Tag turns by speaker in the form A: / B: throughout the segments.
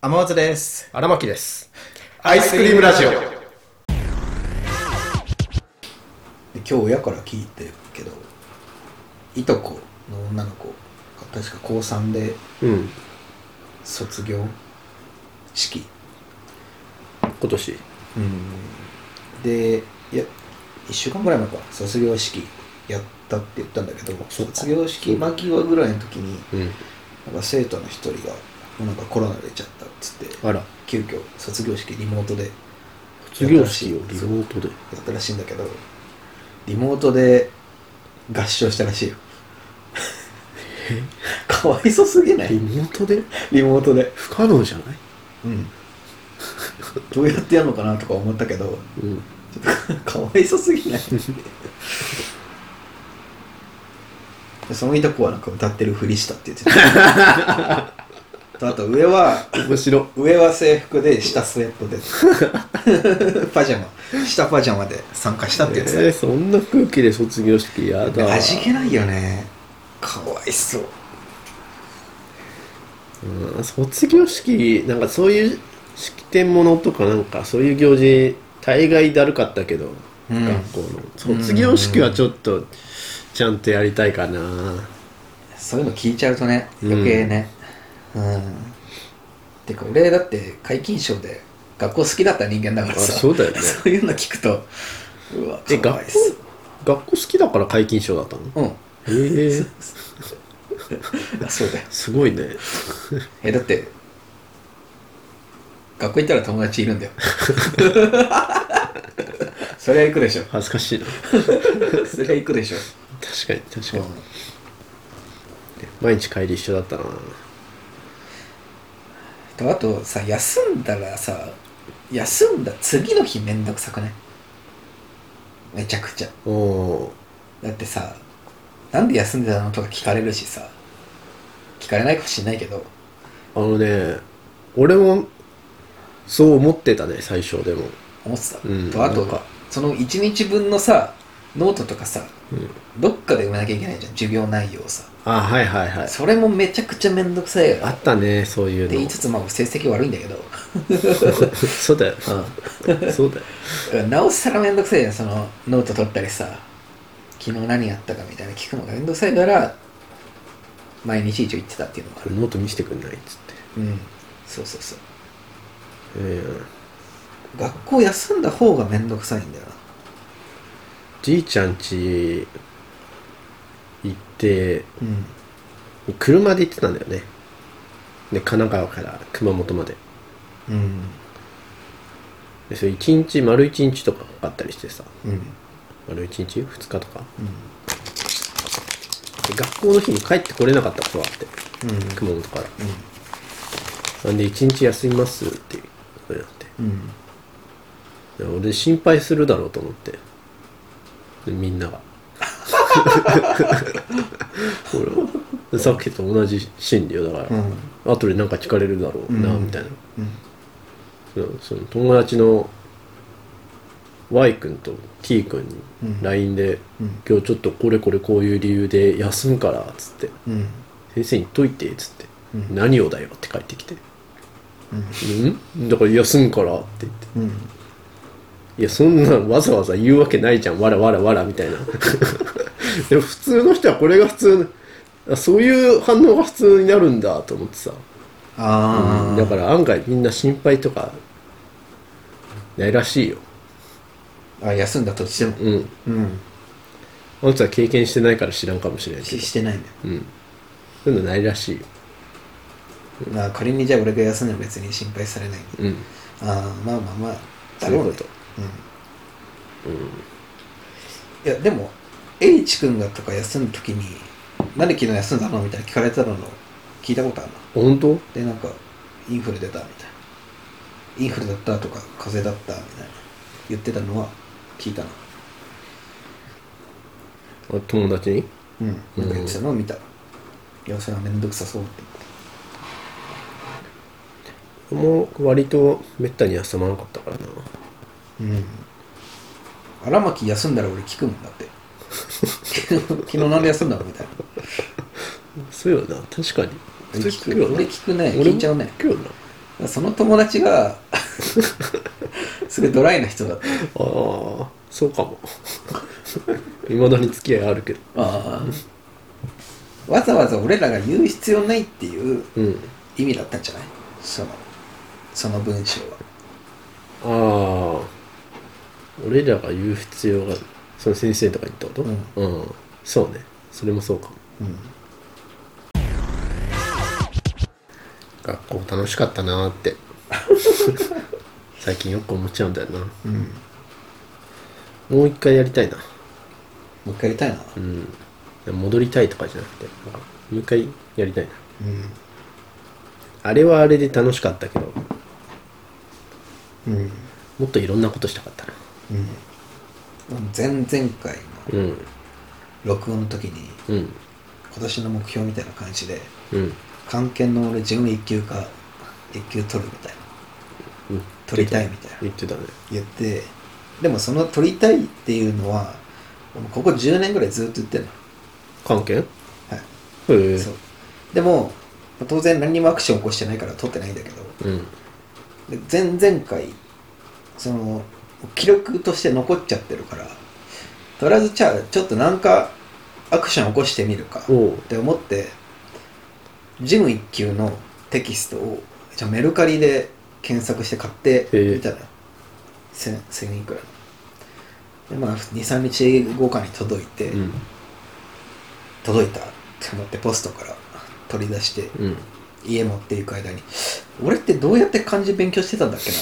A: 天松です。
B: 荒牧です。
A: アイスクリームラジオ
C: で今日親から聞いてるけどいとこの女の子が確か高3で
B: うん。
C: 卒業式
B: 今年。
C: でいや1週間ぐらい前か卒業式やったって言ったんだけど
B: そうか
C: 卒業式間際ぐらいの時に
B: うん。
C: なんか生徒の一人がもうなんかコロナ出ちゃったっつって
B: あら。
C: 急遽卒業式リモートでや
B: 卒業式をリモートで。
C: ったらしいんだけどリモートで合唱したらしいよ かわいそすぎない
B: リモートで
C: リモートで。
B: 不可能じゃない
C: うん。どうやってやるのかなとか思ったけど、
B: うん。
C: かわいそすぎないそのいとこはなんか歌ってるふりしたって言って た。とあと上は、
B: 面白。
C: 上は制服で下スウェットで。パジャマ。下パジャマで参加したって言
B: え
C: って
B: ー、そんな空気で卒業式や
C: た。
B: だ。
C: 味気ないよね。かわいそう。
B: うん。卒業式、なんかそういう式典ものとかなんかそういう行事、大概だるかったけど、
C: うん
B: 学校の。卒業式はちょっと、ちゃんとやりたいかな。
C: そういうの聞いちゃうとね余計ねうん、てか俺だって皆勤賞で学校好きだった人間だか
B: あ、
C: らさ
B: そうだよね。
C: そういうの聞くとうわ
B: え、
C: かわい
B: 学校
C: そう、
B: 学校好きだから皆勤賞だったの
C: うん
B: ええー、
C: あそうだよ
B: すごいね。
C: えだって学校行ったら友達いるんだよ そりゃ行くでしょ
B: 恥ずかしいな。
C: そりゃ行くでしょ、
B: 確かに確か
C: う
B: に、
C: ん、
B: 毎日帰り一緒だったな
C: とあとさ休んだらさ休んだ次の日めんどくさくないめちゃくちゃ
B: おお
C: だってさなんで休んでたのとか聞かれるしさ聞かれないかもしんないけど
B: あのね俺もそう思ってたね最初でも
C: 思ってた、
B: うん
C: とあと
B: なんか
C: その1日分のさノートとかさ
B: うん
C: どっかで埋めなきゃいけないじゃん授業内容をさ
B: あはいはいはい
C: それもめちゃくちゃめんどくさいよ
B: あったねそういう
C: で
B: の
C: 言いつつまあ成績悪いんだけど、
B: そうだよそうだよ
C: うん、なおさらめんどくさいじゃんそのノート取ったりさ昨日何やったかみたいな聞くのがめんどくさいから毎日一応言ってたっていうのがあ
B: こ
C: る
B: れノート見せてくんないっつって
C: うんそうそうそう
B: うん
C: 学校休んだ方がめんどくさいんだよな
B: じいちゃん家行って
C: うん
B: 車で行ってたんだよねで神奈川から熊本まで
C: うん
B: でそれ一日丸一日とかかかったりしてさ
C: うん
B: 丸一日二日とか
C: う
B: で学校の日に帰ってこれなかったことがあって
C: ん
B: 熊本からなんで一日休みますっていうことになって
C: うんうん
B: で俺心配するだろうと思ってでみんなが ほらさっきと同じ心理よだから、
C: うん
B: 後で何か聞かれるだろうな、
C: うん
B: みたいなそのその友達の Y 君と T 君
C: うん
B: に LINE で、
C: うん
B: 今日ちょっとこれこれこういう理由で休むから」っつって
C: うん
B: 「先生に言っといて」っつって「
C: うん
B: 何をだよ」って帰ってきてうんだから休むからって言って。
C: うん
B: いや、そんなんわざわざ言うわけないじゃん。わらわらわらみたいな。 でも普通の人はこれが普通あ、そういう反応が普通になるんだと思ってさ。
C: ああ
B: だから案外みんな心配とか、ないらしいよ。
C: らあ休んだとしても
B: うん。
C: うん
B: あんたは経験してないから知らんかもしれないけ
C: し
B: ど。
C: してないんだよ
B: うん。そういうのないらしいよ。
C: まあ仮にじゃあ俺が休んでも別に心配されない
B: うん。
C: ああまあまあまあだ
B: そうい
C: ろう
B: うこ
C: ね
B: と。
C: うん
B: うん。
C: いやでも H 君がとか休む時に「何で昨日休んだの?」みたいな聞かれたのの聞いたことあるの
B: 本当
C: でなんかインフル出たみたいなインフルだったとか風邪だったみたいな言ってたのは聞いたな
B: あ友達に
C: うんなんか言ってたのを見たいやそれは面倒くさそうって
B: もう割とめったに休まなかったからな。
C: 言ってたうん荒牧休んだら俺聞くもんだ って昨日なんで休んだのみたいな
B: そうよな。確かに。
C: 俺聞
B: 普通
C: く
B: な
C: 俺聞くね
B: 俺も
C: 聞いちゃうね
B: 聞くよな
C: らその友達がすごいドライな人だった
B: ああそうかも いまだに付き合いあるけど
C: ああわざわざ俺らが言う必要ないっていう
B: うん
C: 意味だったんじゃないそのその文章は
B: ああ俺らが言う必要がその先生とかにってこと
C: うん、
B: うん、そうねそれもそうかも
C: うん
B: 学校楽しかったなーって 最近よく思っちゃうんだよな
C: うん
B: もう一回やりたいな
C: もう一回やりたいな
B: うん戻りたいとかじゃなくてなんかもう一回やりたいなあれはあれで楽しかったけど
C: うんうん
B: もっといろんなことしたかったな
C: 前々回の
B: うん
C: 録音の時に
B: うん
C: 今年の目標みたいな感じで
B: うん
C: 関係の俺準一級か一級取るみたいな
B: うん
C: 取りたいみたいな
B: 言ってたね
C: 言ってでもその取りたいっていうのはもうここ10年ぐらいずっと言ってるの
B: 関係へ
C: はい
B: え
C: そうでも当然何にもアクション起こしてないから撮ってないんだけど
B: うん
C: で前々回その記録として残っちゃってるからとりあえずじゃあちょっとなんかアクション起こしてみるかっ
B: おう
C: て思ってジム一級のテキストをじゃあメルカリで検索して買ってみたら1000 1000いくらのでまあ23日後かに届いて、
B: うん
C: 届いたって思ってポストから取り出して
B: うん
C: 家持っていく間に俺ってどうやって漢字勉強してたんだっけ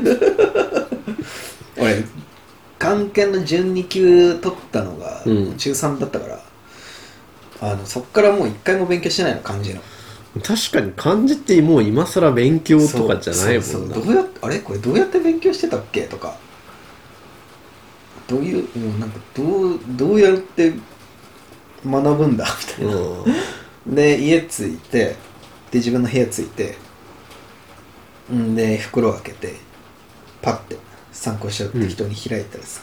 C: な 俺漢検の準2級取ったのが
B: うん
C: 中3だったから、あのそっからもう一回も勉強してないの漢字の
B: 確かに漢字ってもう今更勉強とかじゃない
C: そ
B: も
C: うん
B: な
C: そうそうどうやっあれこれどうやって勉強してたっけとかどういうもうなんかどうどうやって学ぶんだみたいな、
B: うん
C: で家着いてで自分の部屋着いてんで袋を開けてパッて参考書を適当に開いたらさ、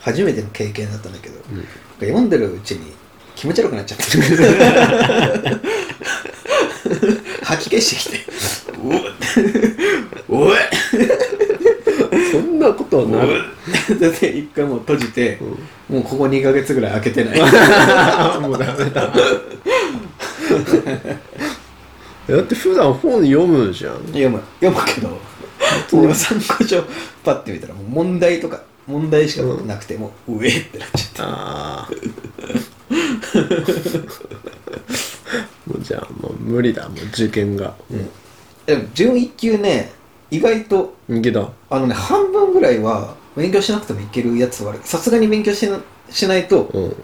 C: 初めての経験だったんだけど、
B: うん
C: 読んでるうちに気持ち悪くなっ ちゃって吐き気してきて「うおっおい!」
B: そんなことはなる
C: で一回もう閉じて、もうここ2ヶ月ぐらい開けてないもうダメだ
B: だって普段本読むじゃ ん
C: 読む読むけ どでも参考書パッて見たらもう問題とか問題しかなくて、もう上ってなっちゃっ
B: ああ もうじゃあもう無理だもう受験が、
C: てでも準一級ね意外と
B: いけた
C: あのね半分ぐらいは勉強しなくてもいけるやつはあるさすがに勉強しなしないと
B: うん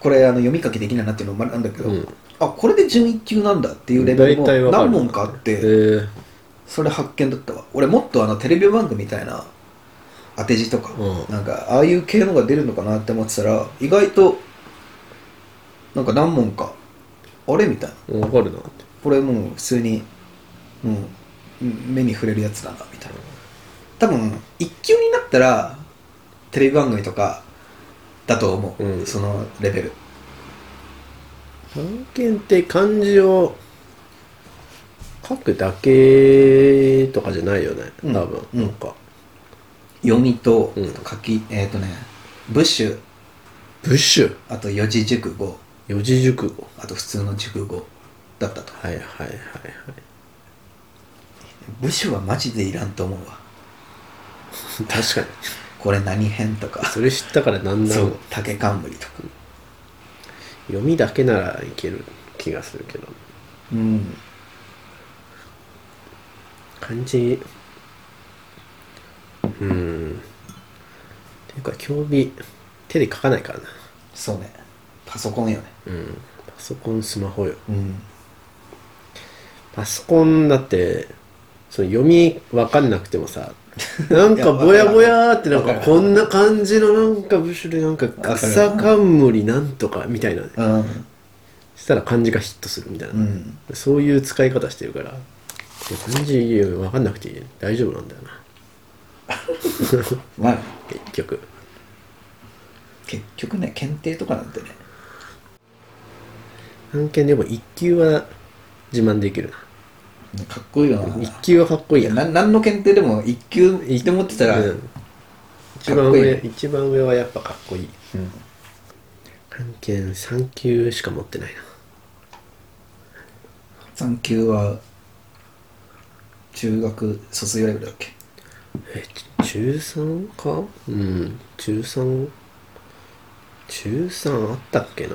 C: これあの読み書きできないなっていうのもあるんだけど、
B: うん
C: あこれで準一級なんだっていうレベルも
B: 大体わかる
C: 何問かあって、
B: えー、
C: それ発見だったわ俺もっとあのテレビ番組みたいな当て字とか、
B: うん
C: なんかああいう系のが出るのかなって思ってたら意外となんか何問かあれみたいな
B: わかるなって
C: これもう普通にもううん目に触れるやつなんだみたいな多分一級になったらテレビ番組とかだと思う、
B: うん
C: そのレベル
B: 判件って漢字を書くだけとかじゃないよね多
C: うん
B: 分、
C: うん
B: なんか
C: 読みと,、
B: うん
C: 書きえっ、とねブッシュ
B: ブッシュ
C: あと四字熟語
B: 四字熟語
C: あと普通の熟語だったと
B: はいはいはい はい
C: 部首はマジでいらんと思うわ
B: 確かに
C: これ何編とか
B: それ知ったからなんな
C: そ
B: の
C: う竹冠とか
B: 読みだけならいける気がするけど
C: うん
B: 漢字うんっていうか興味手で書かないからな
C: そうねパソコンよね
B: うんパソコンスマホよ
C: うん
B: パソコンだってその読み分かんなくてもさなんかぼやぼやーってなん
C: わ
B: か
C: かる
B: こんな感じのなんか部首でなんか草冠なんとかみたいなね
C: うん
B: したら漢字がヒットするみたいな、
C: うん
B: そういう使い方してるから漢字分かんなくていい大丈夫なんだよな
C: まあ
B: 結局
C: 結局ね検定とかなんてね
B: 案件でも1級は自慢できるな
C: かっこいいよな
B: 一級はかっこいいや
C: な何の検定でも一級で持ってたら、
B: う
C: うん
B: 一番
C: かっこいい
B: 上
C: ね
B: 一番上はやっぱかっこいい
C: ん
B: 半券3級しか持ってないな
C: 三級は中学卒業レベルだっけ
B: え中3かうん中3中3あったっけな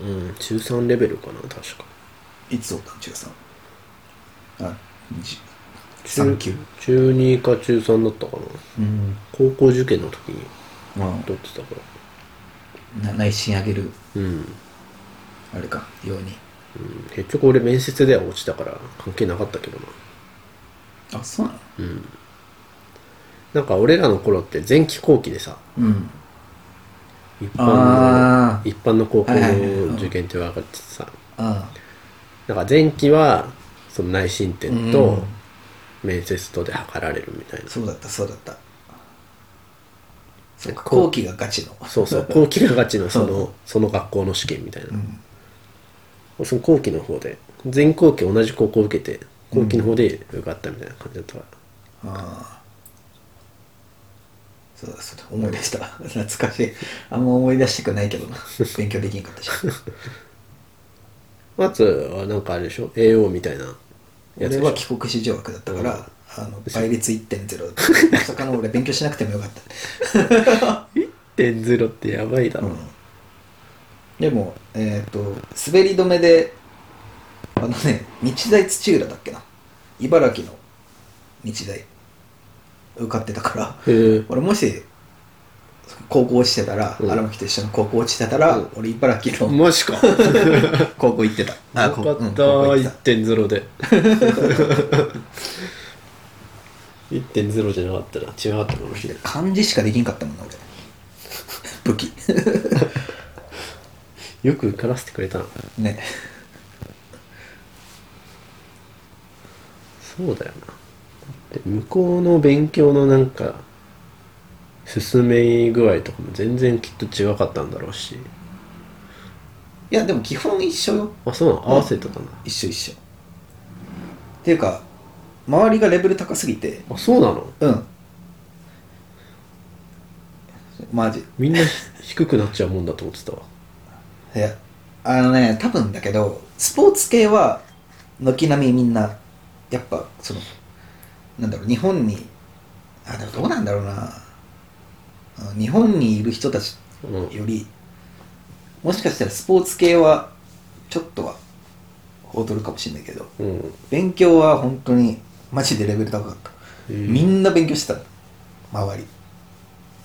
B: うん中3レベルかな確か
C: いつおったん中3あじ
B: 中
C: 三級
B: 中2か中3だったかな
C: うん
B: 高校受験の時に
C: ま
B: 取ってたから
C: あな内心あげる
B: うん、
C: あれかように
B: うん、結局俺面接では落ちたから関係なかったけどな
C: あそうなの
B: なんか俺らの頃って前期後期でさ
C: うん
B: 一般の
C: あー
B: 一般の高校
C: はいはいはい
B: の受験って分かっててさ、
C: あ
B: なんか前期はその内申
C: あ
B: 点と面接とで測られるみたいな、
C: そうだったそうだったそうか
B: こう
C: 後期がガチの
B: そうそう後期がガチのその、
C: うん
B: その学校の試験みたいな
C: う、ん
B: その後期の方で全後期同じ高校受けて後期の方で受かったみたいな感じだったから、
C: ああそうだそうだ思い出した 懐かしいあんま思い出したくないけ どな勉強できんかったし
B: まずはなんかあれでしょ AO みたいなやつ
C: 俺
B: でしょ
C: は帰国子女枠だったから、あの
B: 嘘
C: 倍率1.0だ った大阪の俺勉強しなくてもよかった
B: 1.0ってやばいだろ、
C: でも、えっ、と、滑り止めで、あのね、日大土浦だっけな。茨城の日大、受かってたから、
B: へえ
C: 俺もし、高校落ちてたら、
B: うん
C: 荒牧と一緒の高校落ちてたら、
B: うん
C: 俺茨城の
B: マジかよ
C: 高校行ってた。あ
B: か
C: こう
B: った
C: うん高校行ってた
B: 1.0で 1.0じゃなかったら違かったかもしれない
C: 漢字しかできんかったもんな、俺。武 器。
B: よく受からせてくれたな
C: ね。
B: そうだよなで向こうの勉強のなんか進め具合とかも全然きっと違かったんだろうし
C: いや、でも基本一緒よ。
B: あそうなの合わせてたな、
C: 一緒一緒っていうか周りがレベル高すぎて
B: あそうなの
C: うんマジ
B: みんな低くなっちゃうもんだと思ってたわ
C: いやあのね多分だけどスポーツ系は軒並みみんなやっぱそのなんだろう日本にあでもどうなんだろうなあ日本にいる人たち
B: うん
C: よりもしかしたらスポーツ系はちょっとは劣るかもしれないけど
B: うん
C: 勉強は本当にマジでレベル高かった、
B: へー
C: みんな勉強してた周り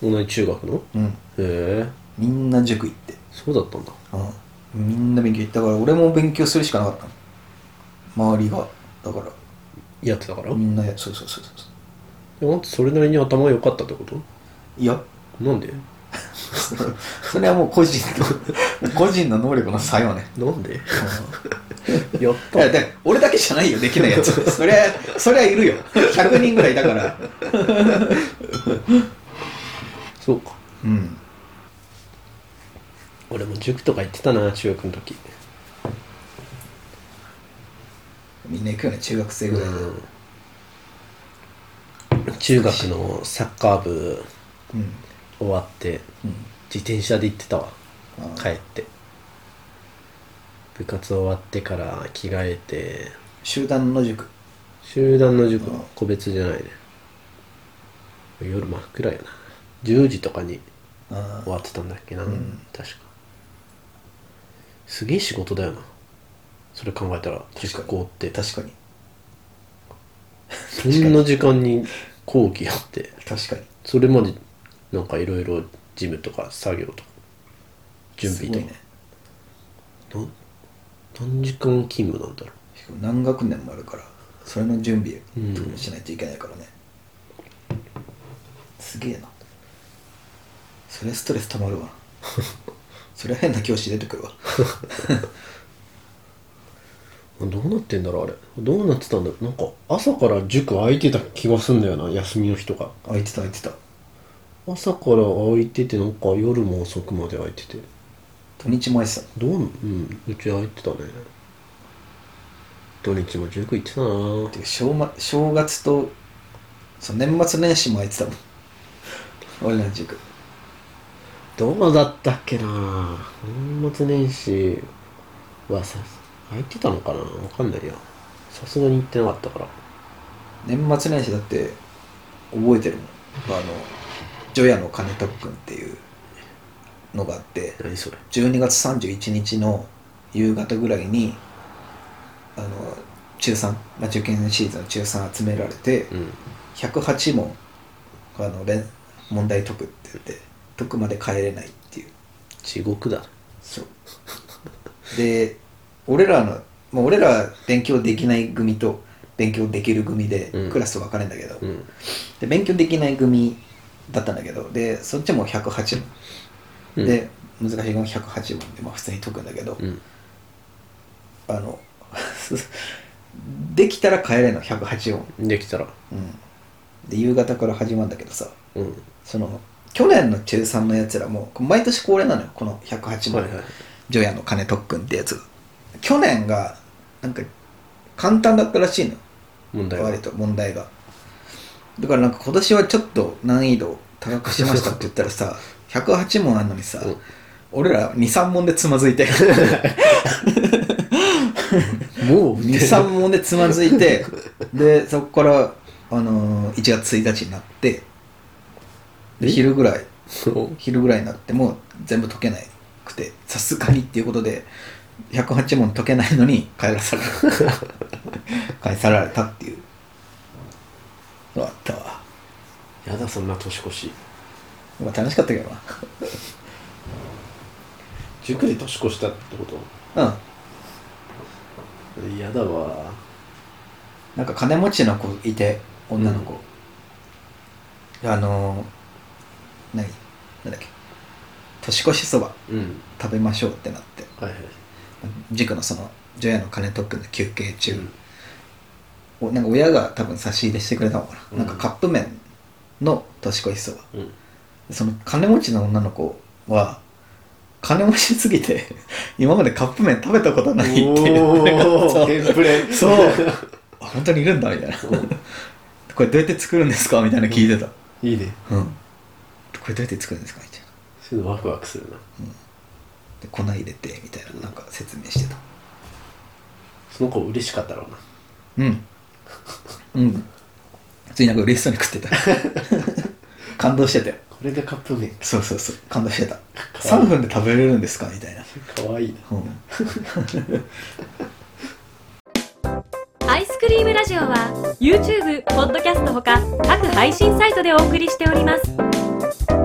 B: 同じ中学の
C: う
B: へ
C: ん
B: え
C: みんな塾行って、
B: そうだったんだ
C: うん、みんな勉強行ったから俺も勉強するしかなかったの周りがだから
B: やってたから、
C: みんなやそうそうそうそうそ
B: でもあんたそれなりに頭良かったってこと
C: ういや
B: なんで
C: それはもう個人の個人の能力の差よね、
B: なんで
C: う
B: やっ
C: ん、い
B: た
C: やだから俺だけじゃないよできないやつそりゃそりゃいるよ100人ぐらいだから
B: そうか
C: うん
B: 俺も塾とか行ってたな中学の時
C: みんな行くよね中学生ぐらいで
B: うん中学のサッカー部
C: うん
B: 終わって
C: うん
B: 自転車で行ってたわ
C: あー
B: 帰って部活終わってから着替えて
C: 集団の塾
B: 集団の塾
C: うん
B: 個別じゃないね夜真っ暗やな10時とかに
C: あ
B: 終わってたんだっけな、
C: ん
B: 確かすげえ仕事だよなそれ考えたら
C: に
B: 塾校って
C: 確かに
B: そんな時間に講義やって
C: 確かに
B: それまでなんかいろいろ事務とか作業とか準備と
C: す
B: か
C: ごい、ね
B: なん何時間勤務なんだろ
C: しかも何学年もあるからそれの準備
B: うん
C: とかしないといけないからね、すげえなそれストレスたま るわそれは変な教師出てくるわ
B: うどうなってんだろうあれどうなってたんだろうなんか朝から塾空いてた気がすんだよな休みの日とか
C: あ言ってた言ってた
B: 朝から空いててなんか夜も遅くまで空いてて
C: 土日も空いてた
B: どううんうち空いてたね土日も塾行ってたなぁ
C: てか正,、ま、正月とそう年末年始も空いてたもん俺らの塾
B: どうだったっけなぁ年末年始はさ空いてたのかなわかんないやさすがに行ってなかったから
C: 年末年始だって覚えてるもんあの除夜の金特訓っていうのがあって
B: 何それ
C: 12月31日の夕方ぐらいにあの中3、まあ、受験シーズンの中3集められて
B: うん
C: 108問あの連問題解くって言って解くまで帰れないっていう
B: 地獄だ
C: そうで俺らの、まあ、俺ら勉強できない組と勉強できる組で
B: うん
C: クラスと分かれるんだけど、
B: うん
C: で勉強できない組だったんだけどでそっちも108問、
B: うん
C: で難しいの108問で、まあ、普通に解くんだけど、
B: うん
C: あの できたら帰れんの108音、
B: できたら
C: うん、で夕方から始まるんだけどさ
B: うん
C: その去年の中3のやつらも毎年恒例なのよこの108問、
B: はいはい
C: 除夜の鐘特訓ってやつ去年がなんか簡単だったらしいの
B: 問題は
C: 割と問題がだからなんか今年はちょっと難易度高くしましたって言ったらさ108問あんのにさ、
B: うん
C: 俺ら23問でつまずいて
B: もうみたい
C: 23
B: な
C: 問でつまずいてでそこから、あのー1月1日になってで
B: え
C: 昼ぐらい
B: そう
C: 昼ぐらいになってもう全部解けなくてさすがにっていうことで108問解けないのに帰らされる帰さられたっていうのがあったわ
B: やだそんな年越し
C: まあ楽しかったけどな
B: 塾で年越したってこと
C: うん
B: やだわ
C: なんか金持ちの子いて女の子、あのー何なんだっけ年越しそば
B: うん
C: 食べましょうってなって
B: はいはい
C: 塾のその除夜の鐘特訓の休憩中、
B: うん
C: おなんか親が多分差し入れしてくれたのかな、
B: うん
C: なんかカップ麺の年越しそば
B: うん
C: その金持ちの女の子は金持ちすぎて 今までカップ麺食べたことないっていう
B: おお
C: そう
B: テンプレ
C: そうあ本当にいるんだみたいな これどうやって作るんですかみたいな聞いてた、
B: いいね
C: うん、これどうやって作るんですかみたいな
B: そういうのワクワクするな
C: で粉入れてみたいななんか説明してた
B: その子嬉しかったろうな
C: うん。うん。普通になんか嬉しそうに食 ってた。感動してたよ。
B: これがカップ麺
C: そうそうそう。感動してた。3分で食べれるんですかみたいな。
B: かわいいな
C: うん。
D: アイスクリームラジオは YouTube、ポッドキャストほか各配信サイトでお送りしております